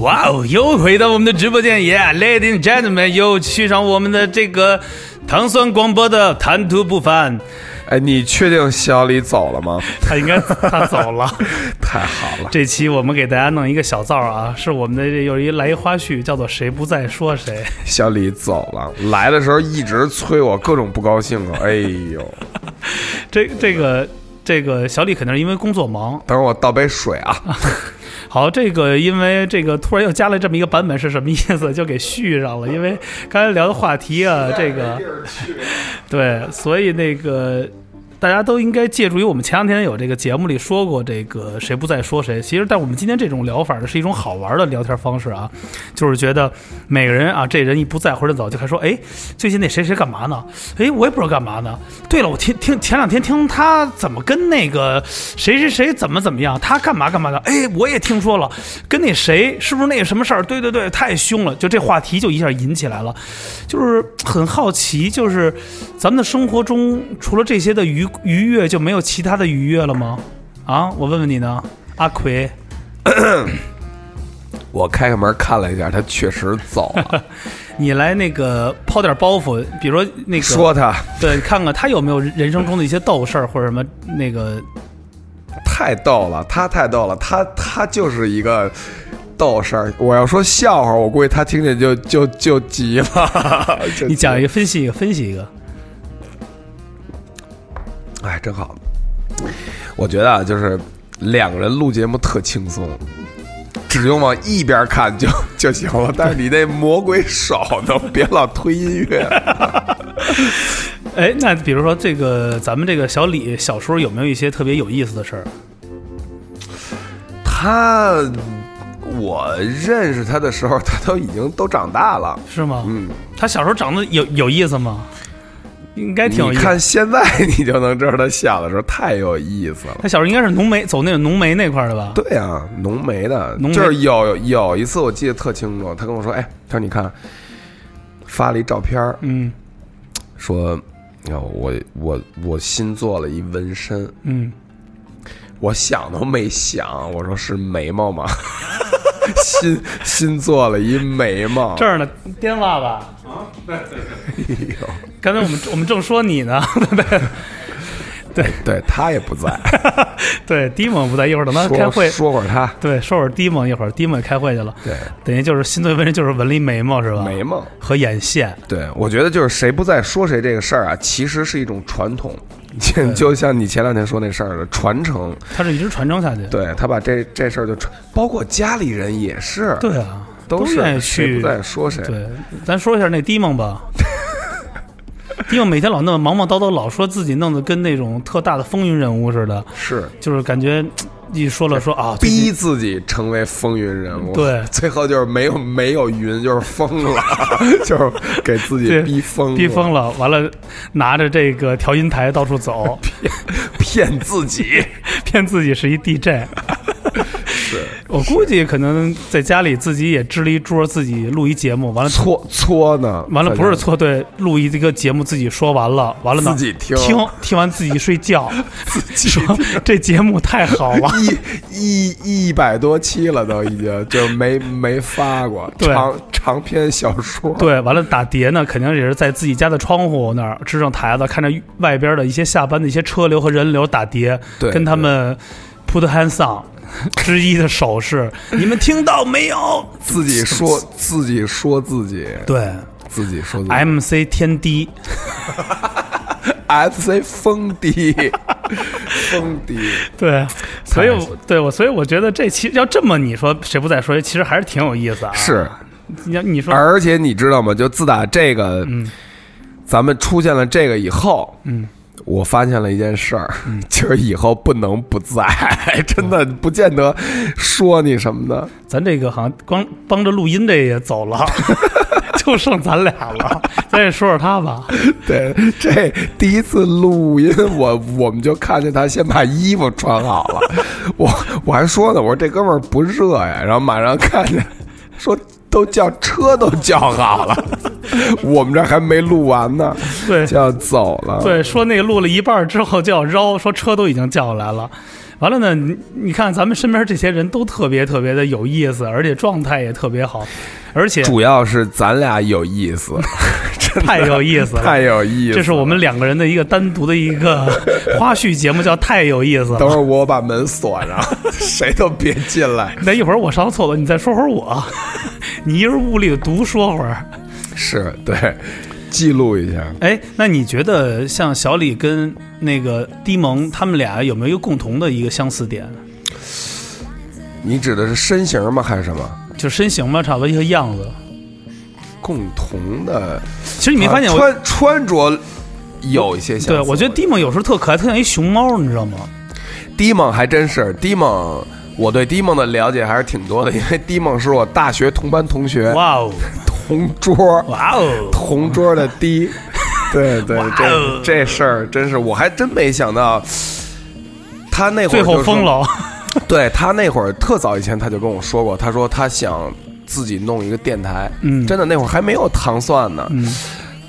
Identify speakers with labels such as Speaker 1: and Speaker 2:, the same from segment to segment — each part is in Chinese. Speaker 1: 哇哦，又回到我们的直播间，Yeah，ladies and gentlemen，又续上我们的这个糖酸广播的谈吐不凡。
Speaker 2: 哎，你确定小李走了吗？
Speaker 1: 他应该他走了。
Speaker 2: 太好了，
Speaker 1: 这期我们给大家弄一个小灶啊，是我们的有一来一花絮，叫做“谁不在说谁
Speaker 2: 小李走了。来的时候一直催我，各种不高兴啊。哎呦，”
Speaker 1: 这。这个这个小李肯定是因为工作忙。
Speaker 2: 等会儿我倒杯水啊。
Speaker 1: 好，这个因为这个突然又加了这么一个版本是什么意思？就给续上了，因为刚才聊的话题啊，这个对，所以那个大家都应该借助于我们前两天有这个节目里说过，这个谁不在说谁。其实，但我们今天这种聊法呢，是一种好玩的聊天方式啊，就是觉得每个人啊，这人一不在或者走，就开始说，哎，最近那谁谁干嘛呢？哎，我也不知道干嘛呢。对了，我听听前两天听他怎么跟那个谁谁谁怎么怎么样，他干嘛干嘛的。哎，我也听说了，跟那谁是不是那什么事儿？对对对，太凶了，就这话题就一下引起来了。就是很好奇，就是咱们的生活中除了这些的愉愉悦，就没有其他的愉悦了吗？啊，我问问你呢，阿奎，
Speaker 2: 我开开门看了一下，他确实走 了。
Speaker 1: 你来那个抛点包袱，比如说那个，
Speaker 2: 说他
Speaker 1: 对，看看他有没有人生中的一些逗事儿或者什么那个
Speaker 2: 太逗了，他太逗了，他他就是一个逗事儿。我要说笑话，我估计他听见就就就急了。 就
Speaker 1: 你讲一个，分析一个，分析一个。
Speaker 2: 哎，真好。我觉得啊，就是两个人录节目特轻松，只用往一边看就就行了。但是你那魔鬼手呢，别老推音乐。
Speaker 1: 哎，那比如说这个，咱们这个小李小时候有没有一些特别有意思的事儿？
Speaker 2: 他，我认识他的时候，他都已经都长大了。
Speaker 1: 是吗？
Speaker 2: 嗯，
Speaker 1: 他小时候长得有有意思吗？应该挺有
Speaker 2: 你
Speaker 1: 意思。
Speaker 2: 看现在你就能知道他笑的时候太有意思了。
Speaker 1: 他小时候应该是浓眉，走那个浓眉那块儿的吧？
Speaker 2: 对啊，浓眉的，
Speaker 1: 浓眉
Speaker 2: 就是有有一次我记得特清楚，他跟我说：“哎，他说你看，发了一照片儿，
Speaker 1: 嗯
Speaker 2: 说，你看我我我新做了一纹身，
Speaker 1: 嗯，
Speaker 2: 我想都没想，我说是眉毛吗？ 新新做了一眉毛，
Speaker 1: 这儿呢，电话 吧。
Speaker 2: 哎呦
Speaker 1: 刚才我们我们正说你呢，
Speaker 2: 对他也不在，
Speaker 1: 对，迪蒙不在，一会儿等他
Speaker 2: 说
Speaker 1: 开会。
Speaker 2: 说会儿他，
Speaker 1: 对，说会儿迪蒙，一会儿迪蒙也开会去了。
Speaker 2: 对
Speaker 1: 等于就是新罪纹身，就是纹了一眉毛是吧？
Speaker 2: 眉毛。
Speaker 1: 和眼线。
Speaker 2: 对，我觉得就是谁不在说谁这个事儿啊，其实是一种传 统，就就像你前两天说那事儿的传承，
Speaker 1: 它是一直传承下去。
Speaker 2: 对他把这这事儿就传，包括家里人也是，
Speaker 1: 对啊，
Speaker 2: 都是
Speaker 1: 愿意
Speaker 2: 谁
Speaker 1: 去。
Speaker 2: 不在说谁，
Speaker 1: 对，咱说一下那迪蒙 吧。迪蒙每天老那么忙忙叨叨，老说自己弄得跟那种特大的风云人物似的，
Speaker 2: 是
Speaker 1: 就是感觉一说了说啊，最近
Speaker 2: 逼自己成为风云人物，
Speaker 1: 对
Speaker 2: 最后就是没有没有云，就是 疯了，就是给自己
Speaker 1: 对
Speaker 2: 逼疯了，
Speaker 1: 逼疯了，完了拿着这个调音台到处 走，
Speaker 2: 骗自己，
Speaker 1: 骗自己是一 DJ。
Speaker 2: 是
Speaker 1: 我估计可能在家里自己也支了一桌，自己录一节目，完了
Speaker 2: 搓搓呢，
Speaker 1: 完了
Speaker 2: 在
Speaker 1: 不是
Speaker 2: 家
Speaker 1: 错对，录一个节目自己说完了，完了呢
Speaker 2: 自己听
Speaker 1: 听听完自己睡 觉，自己说这节目太好了。
Speaker 2: 一一一百多期了，都已经就没没发过
Speaker 1: 对
Speaker 2: 长长篇小说。
Speaker 1: 对，完了打碟呢，肯定也是在自己家的窗户那儿支上台子，看着外边的一些下班的一些车流和人流打碟，
Speaker 2: 对
Speaker 1: 跟他们 put hands on 之一的手势， 你们听到没有？
Speaker 2: 自己说自己说自己，
Speaker 1: 对哎
Speaker 2: 自己说自己。
Speaker 1: ，MC 天低，
Speaker 2: FC 风低，风 低，
Speaker 1: 对，所以
Speaker 2: 太
Speaker 1: 我对我，所以我觉得这期要这么你说谁不在说，其实还是挺有意思啊。，
Speaker 2: 是。
Speaker 1: 你要你说
Speaker 2: 而且你知道吗？就自打这个，
Speaker 1: 嗯
Speaker 2: 咱们出现了这个以后，嗯。我发现了一件事儿，
Speaker 1: 嗯
Speaker 2: 就是以后不能不在， 真的不见得说你什么的。
Speaker 1: 咱这个好像光帮着录音这也走了， 就剩咱俩 了，咱也说说他吧。
Speaker 2: 对，这第一次录音，我我们就看见他先把衣服穿好了，我我还说呢，我说这哥们儿不热呀，然后马上看见说都叫车都叫好了，我们这还没录完呢，
Speaker 1: 对
Speaker 2: 就要走了。
Speaker 1: 对，说那个录了一半之后就要绕， 说车都已经叫来了。完了呢，你你看咱们身边这些人都特别特别的有意思，而且状态也特别好，而且
Speaker 2: 主要是咱俩有意思，
Speaker 1: 太有意思了，
Speaker 2: 太有意思了。
Speaker 1: 这是我们两个人的一个单独的一个花絮节目，叫太有意思
Speaker 2: 等
Speaker 1: 了。
Speaker 2: 会儿我把门锁上， 谁都别进来。
Speaker 1: 那一会儿我上厕所，你再说会儿我， 你一人屋里独说会儿。
Speaker 2: 是对，记录一下。
Speaker 1: 哎，那你觉得像小李跟那个迪蒙他们俩有没有一个共同的一个相似点？
Speaker 2: 你指的是身形吗？还是什么？
Speaker 1: 就身形吧，差不多一个样子。
Speaker 2: 共同的，
Speaker 1: 其实你没发现
Speaker 2: 啊
Speaker 1: 我？
Speaker 2: 穿穿着有一些像。
Speaker 1: 对，我觉得迪蒙有时候特可爱，特像一熊猫，你知道吗？
Speaker 2: 迪蒙还真是迪蒙。我对迪蒙的了解还是挺多的，因为 迪蒙是我大学同班同学，
Speaker 1: 哇哦，
Speaker 2: 同桌，
Speaker 1: 哇哦，
Speaker 2: 同桌的低。 对对
Speaker 1: 哇，哦
Speaker 2: 这这事儿真是，我还真没想到。他那会儿
Speaker 1: 最
Speaker 2: 就
Speaker 1: 后
Speaker 2: 是
Speaker 1: 疯了，
Speaker 2: 对他那会儿特早以前他就跟我说过，他说他想自己弄一个电台，
Speaker 1: 嗯
Speaker 2: 真的那会儿还没有糖蒜呢，
Speaker 1: 嗯，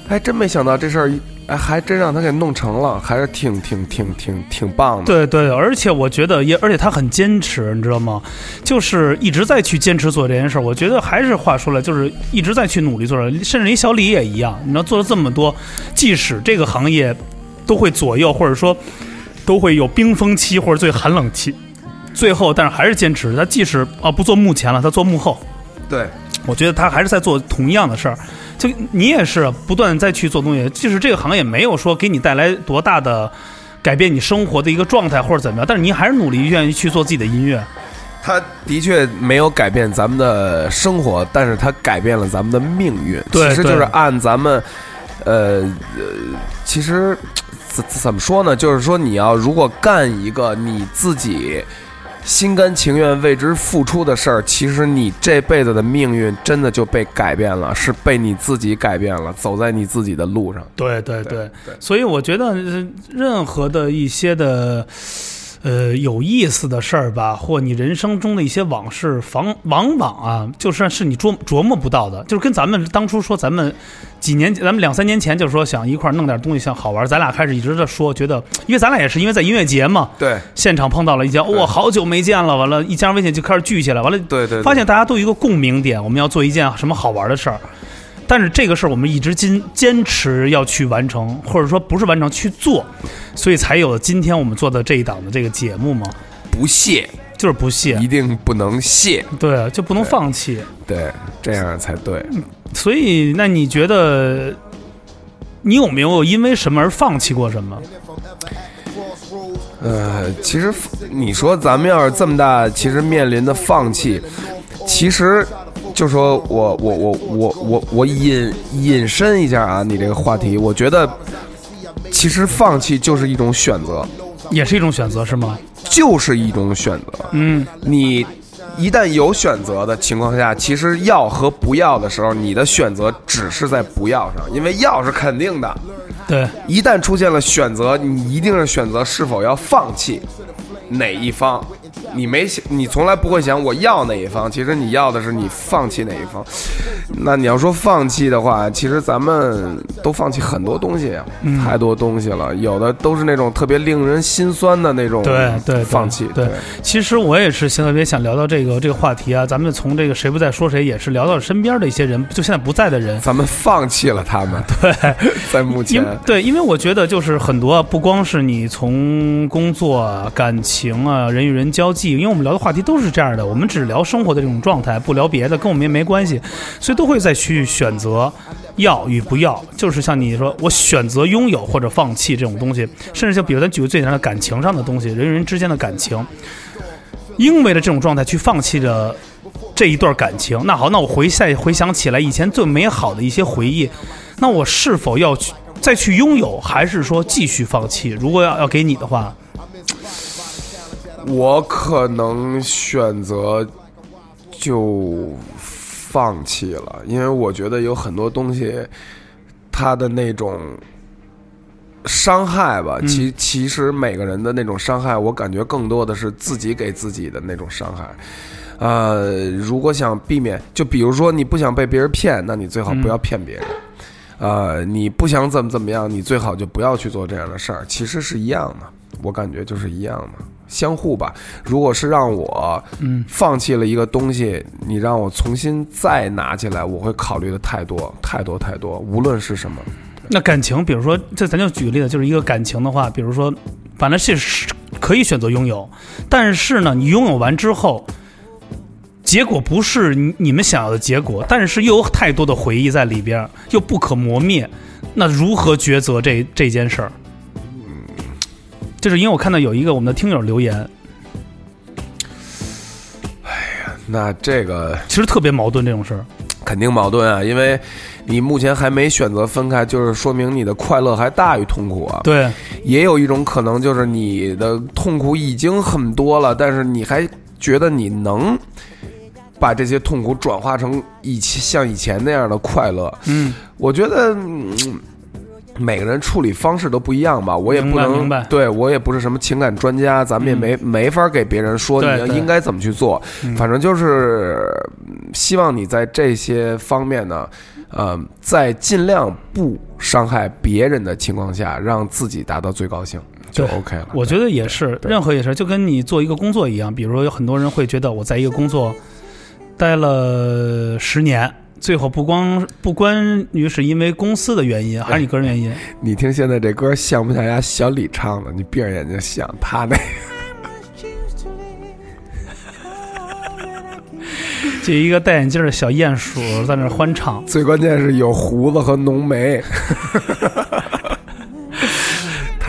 Speaker 2: 还真没想到这事儿，哎，还真让他给弄成了，还是挺挺挺挺挺棒的。
Speaker 1: 对对，而且我觉得也，而且他很坚持，你知道吗？就是一直在去坚持做这件事儿。我觉得还是话说了，就是一直在去努力做这，甚至连小李也一样。你知道，做了这么多，即使这个行业都会左右，或者说都会有冰封期或者最寒冷期，最后但是还是坚持。他即使啊不做幕前了，他做幕后，
Speaker 2: 对，
Speaker 1: 我觉得他还是在做同样的事儿。就你也是不断在去做东西，即使这个行业没有说给你带来多大的改变你生活的一个状态或者怎么样，但是你还是努力愿意去做自己的音乐。
Speaker 2: 他的确没有改变咱们的生活，但是他改变了咱们的命运。
Speaker 1: 对
Speaker 2: 其实就是
Speaker 1: 对
Speaker 2: 按咱们，呃呃，其实怎怎么说呢？就是说你要如果干一个你自己心甘情愿为之付出的事儿，其实你这辈子的命运真的就被改变了，是被你自己改变了，走在你自己的路上。
Speaker 1: 对对
Speaker 2: 对对
Speaker 1: 所以我觉得呃任何的一些的。呃，有意思的事儿吧，或你人生中的一些往事，往往往啊，就是是你琢琢磨不到的，就是跟咱们当初说咱们几年，咱们两三年前就说想一块儿弄点东西，想好玩儿，咱俩开始一直在说，觉得呃因为咱俩也是因为在音乐节嘛，
Speaker 2: 对
Speaker 1: 现场碰到了一家，哇、
Speaker 2: 对
Speaker 1: 好久没见了，完了，一加上微信就开始聚起来，完了，
Speaker 2: 对对，
Speaker 1: 发现大家都有一个共鸣点，我们要做一件什么好玩的事儿。但是这个事儿我们一直坚坚持要去完成，或者说不是完成去做，所以才有了今天我们做的这一档的这个节目嘛，
Speaker 2: 不懈，
Speaker 1: 就是不懈
Speaker 2: 一，定不能懈，
Speaker 1: 对，就不能放弃。
Speaker 2: 对，这样才对。
Speaker 1: 所以，那你觉得你有没有因为什么而放弃过什么？
Speaker 2: 呃，其实你说咱们要是这么大，其实面临的放弃，其实就说我我我我我我引引申一下啊，你这个话题，我觉得其实放弃就是一种选择，
Speaker 1: 也是一种选择，是吗？
Speaker 2: 就是一种选择。
Speaker 1: 嗯，
Speaker 2: 你一旦有选择的情况下，其实要和不要的时候，你的选择只是在不要上，因为要是肯定的。
Speaker 1: 对，
Speaker 2: 一旦出现了选择，你一定是选择是否要放弃哪一方。你没想，你从来不会想我要哪一方，其实你要的是你放弃哪一方。那你要说放弃的话，其实咱们都放弃很多东西啊，
Speaker 1: 嗯
Speaker 2: 太多东西了，有的都是那种特别令人心酸的那种
Speaker 1: 对对对
Speaker 2: 放弃。
Speaker 1: 对其实我也是现在特别想聊到这个这个话题啊，咱们从这个谁不在说谁，也是聊到身边的一些人，就现在不在的人。
Speaker 2: 咱们放弃了他 们。对，在目
Speaker 1: 因
Speaker 2: 前，
Speaker 1: 对，因为我觉得就是很多啊，不光是你从工作、啊、感情啊、人与人交际，因为我们聊的话题都是这样的，我们只聊生活的这种状态，不聊别的，跟我们也没关系，所以都会再去选择要与不要，就是像你说，我选择拥有或者放弃这种东西，甚至就比如咱举个最简单的感情上的东西，人与人之间的感情，因为了这种状态去放弃了这一段感情，那好，那我回再回想起来以前最美好的一些回忆，那我是否要去再去拥有，还是说继续放弃？如果要要给你的话，
Speaker 2: 我可能选择就放弃了，因为我觉得有很多东西，它的那种伤害吧，其其实每个人的那种伤害，我感觉更多的是自己给自己的那种伤害。呃，如果想避免，就比如说你不想被别人骗，那你最好不要骗别人。呃，你不想怎么怎么样，你最好就不要去做这样的事儿，其实是一样的，我感觉就是一样的，相互吧。如果是让我呃
Speaker 1: 嗯
Speaker 2: 放弃了一个东西，你让我重新再拿起来，我会考虑的太多太多太多，无论是什么。
Speaker 1: 那感情，比如说，这咱就举个例子，就是一个感情的话，比如说，本来是是呃可以选择拥有，但是呢，你拥有完之后，结果不是你你们想要的结果，但是又有太多的回忆在里边儿，又不可磨灭，那如何抉择这这件事儿？就是因为我看到有一个我们的听友留言，
Speaker 2: 那这个
Speaker 1: 其实特别矛盾这种事儿。
Speaker 2: 肯定矛盾啊，因为你目前还没选择分开，就是说明你的快乐还大于痛苦啊。
Speaker 1: 对，
Speaker 2: 也有一种可能就是你的痛苦已经很多了，但是你还觉得你能把这些痛苦转化成以前像以前那样的快乐。
Speaker 1: 嗯，
Speaker 2: 我觉得。嗯每个人处理方式都不一样吧，我也不
Speaker 1: 明
Speaker 2: 能
Speaker 1: 白明白
Speaker 2: 对我也不是什么情感专家，咱们也没、没法给别人说你
Speaker 1: 对
Speaker 2: 要
Speaker 1: 对嗯
Speaker 2: 应该怎么去做，反正就是嗯希望你在这些方面呢，呃，在尽量不伤害别人的情况下，让自己达到最高兴就
Speaker 1: 对
Speaker 2: OK 了。
Speaker 1: 我觉得也是，
Speaker 2: 对
Speaker 1: 任何也是，就跟你做一个工作一样，比如说有很多人会觉得我在一个工作待了十年，最后不光不关于是因为公司的原因，还是你个人原因，
Speaker 2: 你听现在这歌像不像人家小李唱的？你闭上眼睛想他那，。
Speaker 1: 就一个戴眼镜的小鼹鼠在那儿欢唱
Speaker 2: 最关键是有胡子和浓 眉。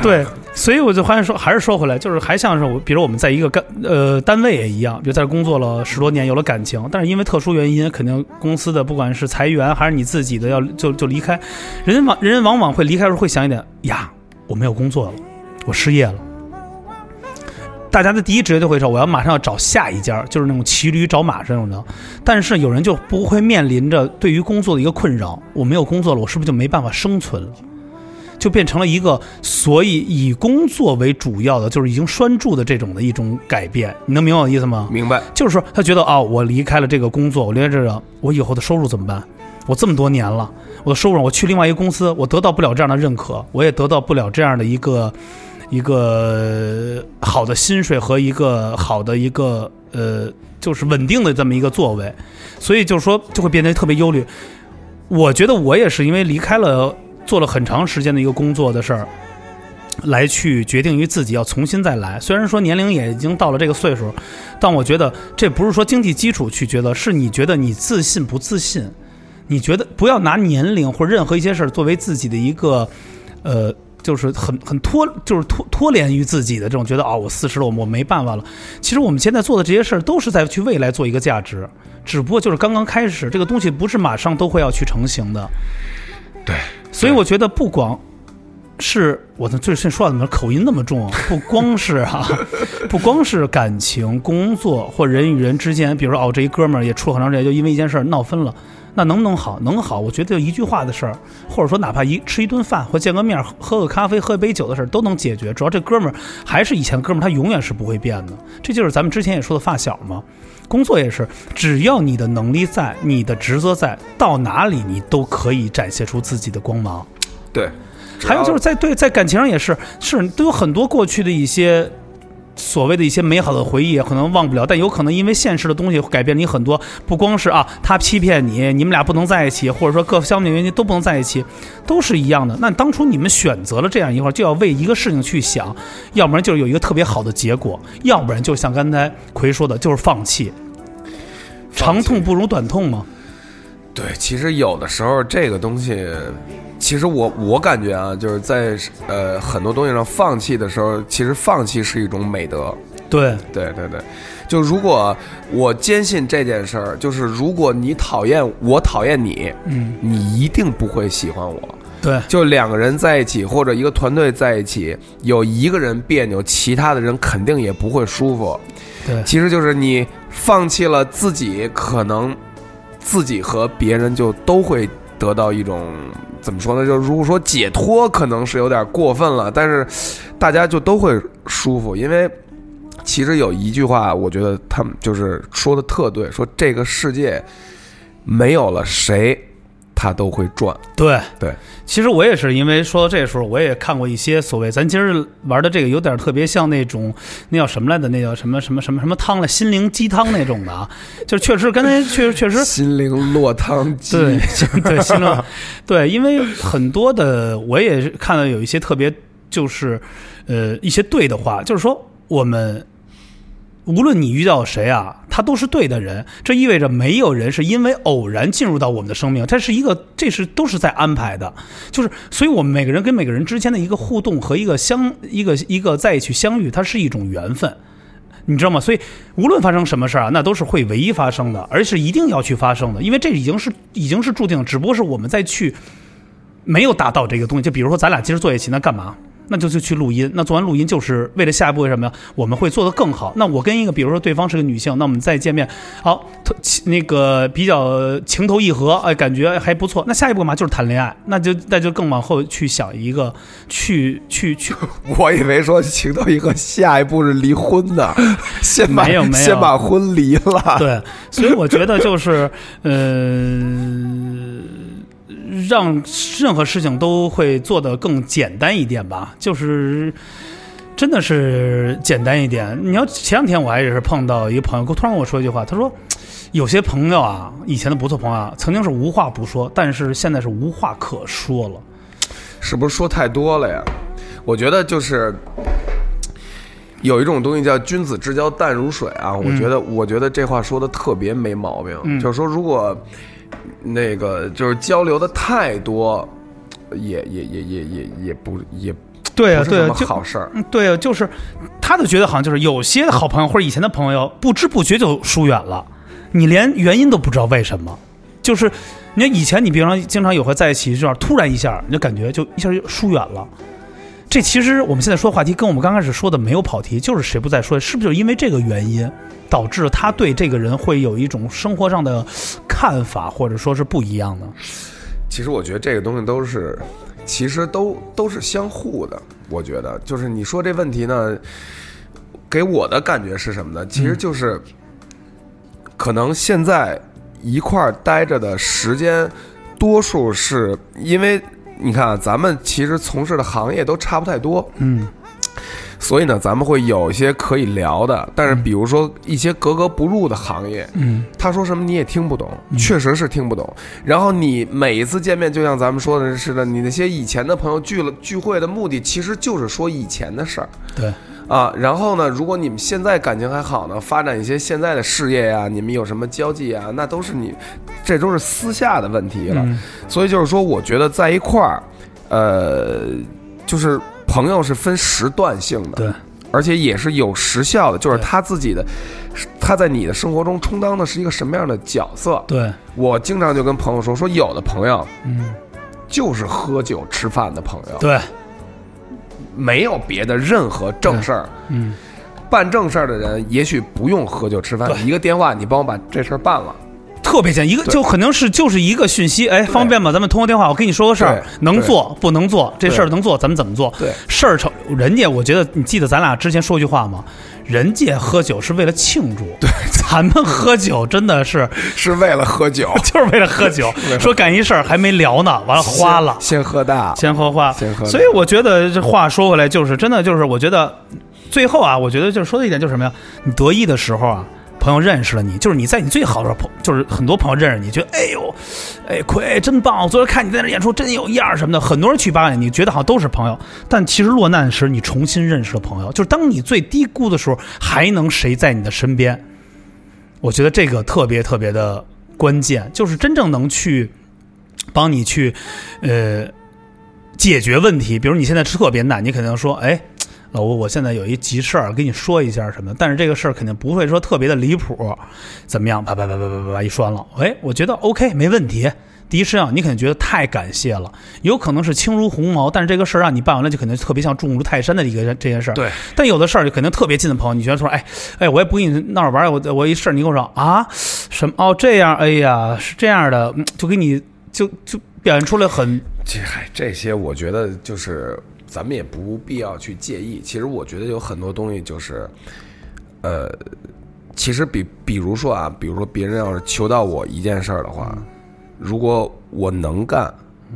Speaker 1: 对，所以我就发现说，还是说回来，就是还像是我，比如我们在一个干呃单位也一样，比如在这工作了十多年，有了感情，但是因为特殊原因，肯定公司的不管是裁员还是你自己的要就就离开，人往人往往会离开的时候会想一点呀，我没有工作了，我失业了。大家的第一直觉就会说，我要马上要找下一家，就是那种骑驴找马这种的。但是有人就不会面临着对于工作的一个困扰，我没有工作了，我是不是就没办法生存了？就变成了一个，所以以工作为主要的，就是已经拴住的这种的一种改变，你能明白我的意思吗？
Speaker 2: 明白，
Speaker 1: 就是说，他觉得啊、我离开了这个工作，我离开这个，我以后的收入怎么办？我这么多年了，我的收入，我去另外一个公司，我得到不了这样的认可，我也得到不了这样的一个一个呃好的薪水和一个好的一个呃，就是稳定的这么一个座位，所以就是说就会变得特别忧虑。我觉得我也是因为离开了做了很长时间的一个工作的事儿，来去决定于自己要重新再来。虽然说年龄也已经到了这个岁数，但我觉得这不是说经济基础去觉得，是你觉得你自信不自信。你觉得不要拿年龄或任何一些事儿作为自己的一个，呃，就是很很脱，就是脱脱连于自己的这种觉得啊、我四十了，我我没办法了。其实我们现在做的这些事儿都是在去未来做一个价值，只不过就是刚刚开始，这个东西不是马上都会要去成型的。
Speaker 2: 对，
Speaker 1: 所以我觉得不光是我的最近说话怎么口音那么重啊，不光是啊， 不光是感情、工作或人与人之间，比如说哦，这一哥们儿也处了很长时间，就因为一件事儿闹分了。那能不能好？能好，我觉得就一句话的事儿，或者说哪怕一吃一顿饭或见个面儿、喝喝个咖啡、喝一杯酒的事儿都能解决。主要这哥们儿还是以前哥们儿，他永远是不会变的。这就是咱们之前也说的发小嘛。工作也是，只要你的能力在，你的职责在，到哪里你都可以展现出自己的光芒。
Speaker 2: 对。
Speaker 1: 还有就是在对在感情上也是，是都有很多过去的一些所谓的一些美好的回忆，可能忘不了，但有可能因为现实的东西改变你很多。不光是啊，他欺骗你，你们俩不能在一起，或者说各方面原因都不能在一起，都是一样的。那当初你们选择了这样一块，就要为一个事情去想，要不然就是有一个特别好的结果，要不然就像刚才奎说的，就是放弃。长痛不如短痛嘛，
Speaker 2: 对，其实有的时候这个东西，其实我我感觉啊，就是在呃很多东西上放弃的时候，其实放弃是一种美德。
Speaker 1: 对，
Speaker 2: 对对对，就如果我坚信这件事儿，就是如果你讨厌我讨厌你，
Speaker 1: 嗯，
Speaker 2: 你一定不会喜欢我。
Speaker 1: 对，
Speaker 2: 就两个人在一起，或者一个团队在一起，有一个人别扭，其他的人肯定也不会舒服。
Speaker 1: 对，
Speaker 2: 其实就是你放弃了自己，可能自己和别人就都会得到一种怎么说呢？就如果说解脱，可能是有点过分了，但是大家就都会舒服，因为。其实有一句话，我觉得他们就是说的特对，说这个世界没有了谁它都会转。
Speaker 1: 对
Speaker 2: 对，
Speaker 1: 其实我也是因为说到这时候，我也看过一些所谓咱今儿玩的这个有点特别像那种那叫什么来的，那叫什么什么什么什么汤了，心灵鸡汤那种的啊，就是确实刚才确实确实
Speaker 2: 心灵落汤鸡，
Speaker 1: 对对，新浪，对，因为很多的我也是看到有一些特别，就是呃一些对的话，就是说我们无论你遇到谁啊，他都是对的人，这意味着没有人是因为偶然进入到我们的生命，这是一个这是都是在安排的，就是所以我们每个人跟每个人之间的一个互动和一个相一个一个在一起相遇，它是一种缘分。你知道吗？所以无论发生什么事儿啊，那都是会唯一发生的，而是一定要去发生的，因为这已经是已经是注定，只不过是我们再去没有达到这个东西。就比如说咱俩今儿坐一起，那干嘛？那就就去录音。那做完录音就是为了下一步为什么呀？我们会做得更好。那我跟一个，比如说对方是个女性，那我们再见面，好，特那个比较情投意合，哎，感觉还不错。那下一步干嘛？就是谈恋爱。那就那就更往后去想一个，去去去，
Speaker 2: 我以为说情到一个下一步是离婚呢，先把
Speaker 1: 没有没有
Speaker 2: 先把婚离 了。
Speaker 1: 对，所以我觉得就是，呃，让任何事情都会做得更简单一点吧，就是。真的是简单一点。你要前两天我还也是碰到一个朋友，突然跟我说一句话，他说：“有些朋友啊，以前的不错朋友啊，曾经是无话不说，但是现在是无话可说了。
Speaker 2: 是不是说太多了呀？我觉得就是有一种东西叫“君子之交淡如水”啊，我觉得，
Speaker 1: 嗯
Speaker 2: 我觉得这话说的特别没毛病。就是说，如果那个就是交流的太多，也也也也也也不也”
Speaker 1: 对
Speaker 2: 不
Speaker 1: 啊，
Speaker 2: 是
Speaker 1: 对
Speaker 2: 什
Speaker 1: 啊
Speaker 2: 么，
Speaker 1: 就
Speaker 2: 好事儿。
Speaker 1: 嗯，对啊，就是他就觉得好像就是有些好朋友或者以前的朋友不知不觉就疏远了，你连原因都不知道为什么，就是你看以前你比方说经常有回在一起这样，突然一下你就感觉就一下就疏远了。这其实我们现在说的话题跟我们刚开始说的没有跑题，就是谁不在说，是不是就因为这个原因导致他对这个人会有一种生活上的看法，或者说是不一样的？
Speaker 2: 其实我觉得这个东西都是，其实都都是相互的。我觉得就是你说这问题呢，给我的感觉是什么呢？其实就是，可能现在一块儿待着的时间，多数是因为你看、啊、咱们其实从事的行业都差不太多，
Speaker 1: 嗯
Speaker 2: 所以呢，咱们会有一些可以聊的，但是比如说一些格格不入的行业，
Speaker 1: 嗯，
Speaker 2: 他说什么你也听不懂，确实是听不懂。然后你每一次见面，就像咱们说的似的，你那些以前的朋友聚了聚会的目的，其实就是说以前的事儿
Speaker 1: 对，
Speaker 2: 啊。然后呢，如果你们现在感情还好呢，发展一些现在的事业呀、你们有什么交际啊，那都是你，这都是私下的问题了。
Speaker 1: 嗯
Speaker 2: 所以就是说，我觉得在一块儿，呃，就是朋友是分时段性的，
Speaker 1: 对，
Speaker 2: 而且也是有时效的，就是
Speaker 1: 对
Speaker 2: 他自己的，他在你的生活中充当的是一个什么样的角色？
Speaker 1: 对，
Speaker 2: 我经常就跟朋友说，说有的朋友
Speaker 1: 嗯，
Speaker 2: 就是喝酒吃饭的朋友，
Speaker 1: 对，
Speaker 2: 没有别的任何正事儿。
Speaker 1: 嗯，
Speaker 2: 办正事儿的人也许不用喝酒吃饭，
Speaker 1: 对
Speaker 2: 一个电话你帮我把这事儿办了。
Speaker 1: 特别简，一个
Speaker 2: 对
Speaker 1: 就可能是就是一个讯息，哎，方便吗？咱们通个电话，我跟你说个事儿
Speaker 2: 对，
Speaker 1: 能做不能做，这
Speaker 2: 对
Speaker 1: 事儿能做，咱们怎么做？
Speaker 2: 对
Speaker 1: 事儿成，人家我觉得你记得咱俩之前说句话吗？人家喝酒是为了庆祝， 对，咱们喝酒真的 是
Speaker 2: 是为了喝酒，
Speaker 1: 就是为了喝酒
Speaker 2: 为了，
Speaker 1: 说干一事儿还没聊呢，完了花了。
Speaker 2: 先先喝大，
Speaker 1: 先喝花，
Speaker 2: 先喝
Speaker 1: 所以我觉得这话说回来，就是真的，就是我觉得最后啊，我觉得就是说的一点就是什么呀？你得意的时候啊，朋友认识了你，就是你在你最好的时候，朋就是很多朋友认识你，觉得哎呦，哎亏真棒，我昨天看你在那演出真有样儿什么的，很多人去扒你，你觉得好像都是朋友，但其实落难时你重新认识了朋友，就是当你最低估的时候，还能谁在你的身边？我觉得这个特别特别的关键，就是真正能去帮你去，呃，解决问题。比如你现在特别难，你肯定说，哎，老吴，我现在有一急事儿，跟你说一下什么的。但是这个事儿肯定不会说特别的离谱，怎么样？啪啪啪啪啪啪啪一说完了，哎，我觉得 OK，没问题。第一是啊，你肯定觉得太感谢了，有可能是轻如鸿毛，但是这个事儿让你办完了，就肯定特别像重如泰山的一个这件事儿。
Speaker 2: 对，
Speaker 1: 但有的事儿就肯定特别近的朋友，你觉得说，哎哎，我也不跟你闹着玩儿，我我一事儿你跟我说啊什么哦这样，哎呀是这样的，嗯就给你就就表现出来很
Speaker 2: 这还这些，我觉得就是咱们也不必要去介意。其实我觉得有很多东西就是，呃，其实比比如说啊，比如说别人要是求到我一件事儿的话，如果我能干，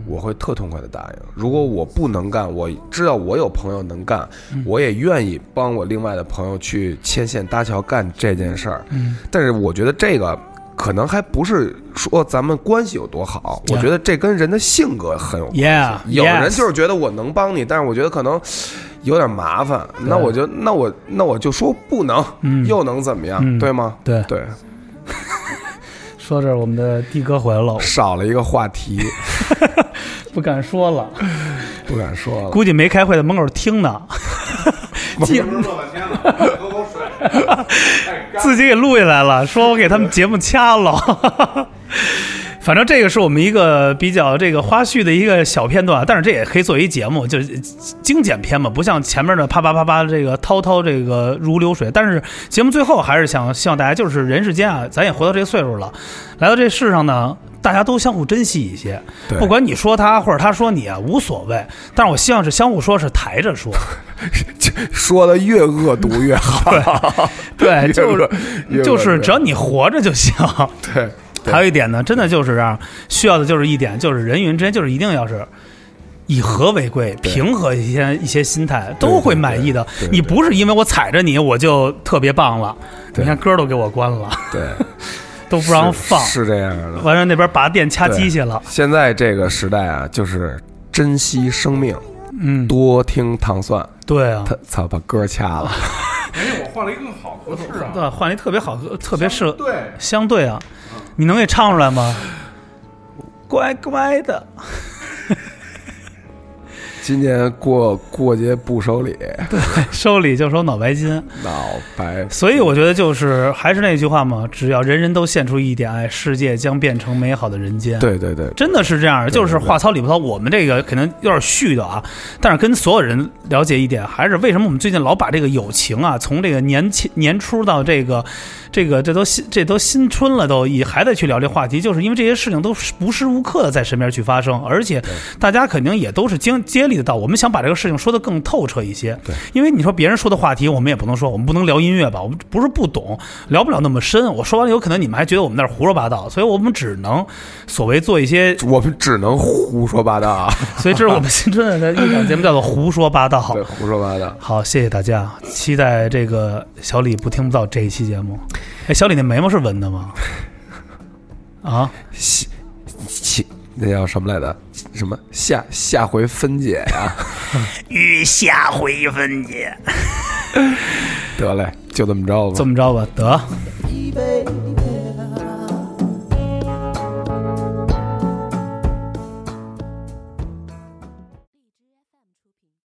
Speaker 2: 我会特痛快的答应；如果我不能干，我知道我有朋友能干，我也愿意帮我另外的朋友去牵线搭桥干这件事儿。
Speaker 1: 嗯
Speaker 2: 但是我觉得这个可能还不是说咱们关系有多好，
Speaker 1: Yeah
Speaker 2: 我觉得这跟人的性格很有关系。
Speaker 1: ，Yeah，
Speaker 2: 有人
Speaker 1: yes
Speaker 2: 就是觉得我能帮你，但是我觉得可能有点麻烦，那我就那我那我就说不能，
Speaker 1: 嗯
Speaker 2: 又能怎么样，
Speaker 1: 嗯
Speaker 2: 对吗？
Speaker 1: 对，
Speaker 2: 对，
Speaker 1: 说这儿我们的的哥回来了，
Speaker 2: 少了一个话题，
Speaker 1: 不敢说了，
Speaker 2: 不敢说 了。
Speaker 1: 估计没开会的门口听 呢，记
Speaker 3: 不是乐半天了，喝口水。哎干
Speaker 1: 自己给录下来了，说我给他们节目掐了。 反正这个是我们一个比较这个花絮的一个小片段，但是这也可以作为一节目，就是精简篇嘛，不像前面的啪啪啪啪这个滔滔这个如流水。但是节目最后还是想希望大家就是人世间啊，咱也活到这个岁数了，来到这世上呢，大家都相互珍惜一些，
Speaker 2: 对
Speaker 1: 不管你说他或者他说你啊，无所谓。但是我希望是相互说，是抬着说，
Speaker 2: 说的越恶毒越好，
Speaker 1: 对，
Speaker 2: 越
Speaker 1: 就
Speaker 2: 恶
Speaker 1: 是
Speaker 2: 越恶毒
Speaker 1: 就是只要你活着就行。
Speaker 2: 对对
Speaker 1: 还有一点呢，真的就是这样，需要的就是一点，就是人与人之间就是一定要是。以和为贵，平和一些一些心态，
Speaker 2: 对
Speaker 1: 都会满意的
Speaker 2: 对对。对
Speaker 1: 你不是因为我踩着你我就特别棒了，
Speaker 2: 对
Speaker 1: 你看歌都给我关了，
Speaker 2: 对，
Speaker 1: 都不让
Speaker 2: 是
Speaker 1: 放，
Speaker 2: 是这样的。
Speaker 1: 完了那边拔电掐机去了。
Speaker 2: 现在这个时代啊，就是珍惜生命，
Speaker 1: 嗯，
Speaker 2: 多听糖蒜。
Speaker 1: 对啊
Speaker 2: 他，操，把歌掐 了。
Speaker 3: 哎，我换了一个更好合适啊，
Speaker 1: 对，换了一特别好，特别适合，
Speaker 3: 对，
Speaker 1: 相对啊，你能给唱出来吗？乖乖的，
Speaker 2: 今年过过节不收礼，
Speaker 1: 收礼就收脑白金。
Speaker 2: 脑白
Speaker 1: 所以我觉得就是还是那句话
Speaker 2: 嗯
Speaker 1: 嘛，只要人人都献出一点爱，世界将变成美好的人间。，
Speaker 2: 对对对，
Speaker 1: 真的是这样，就是话糙理不糙。我们这个可能有点絮叨啊，但是跟所有人了解一点，还是为什么我们最近老把这个友情啊，从这个年前年初到这个这个这都新这都新春了都，也还在去聊这话题，就是因为这些事情都是无时无刻的在身边去发生，而且大家肯定也都是经接力得到。我们想把这个事情说得更透彻一些，
Speaker 2: 对，
Speaker 1: 因为你说别人说的话题，我们也不能说，我们不能聊音乐吧，我们不是不懂，聊不了那么深。我说完了，有可能你们还觉得我们那儿胡说八道，所以我们只能所谓做一些，
Speaker 2: 我们只能胡说八 道，啊，
Speaker 1: 所以这是我们新春的一档节目，叫做“胡说八道
Speaker 2: 对，胡说八道”。。
Speaker 1: 好，谢谢大家，期待这个小李不听不到这一期节目。哎，小李那眉毛是纹的吗？啊，
Speaker 2: 下下那叫什么来着？什么下下回分解呀、
Speaker 1: 与下回分解。
Speaker 2: 得嘞，就这么着吧
Speaker 1: 这。么着吧，得，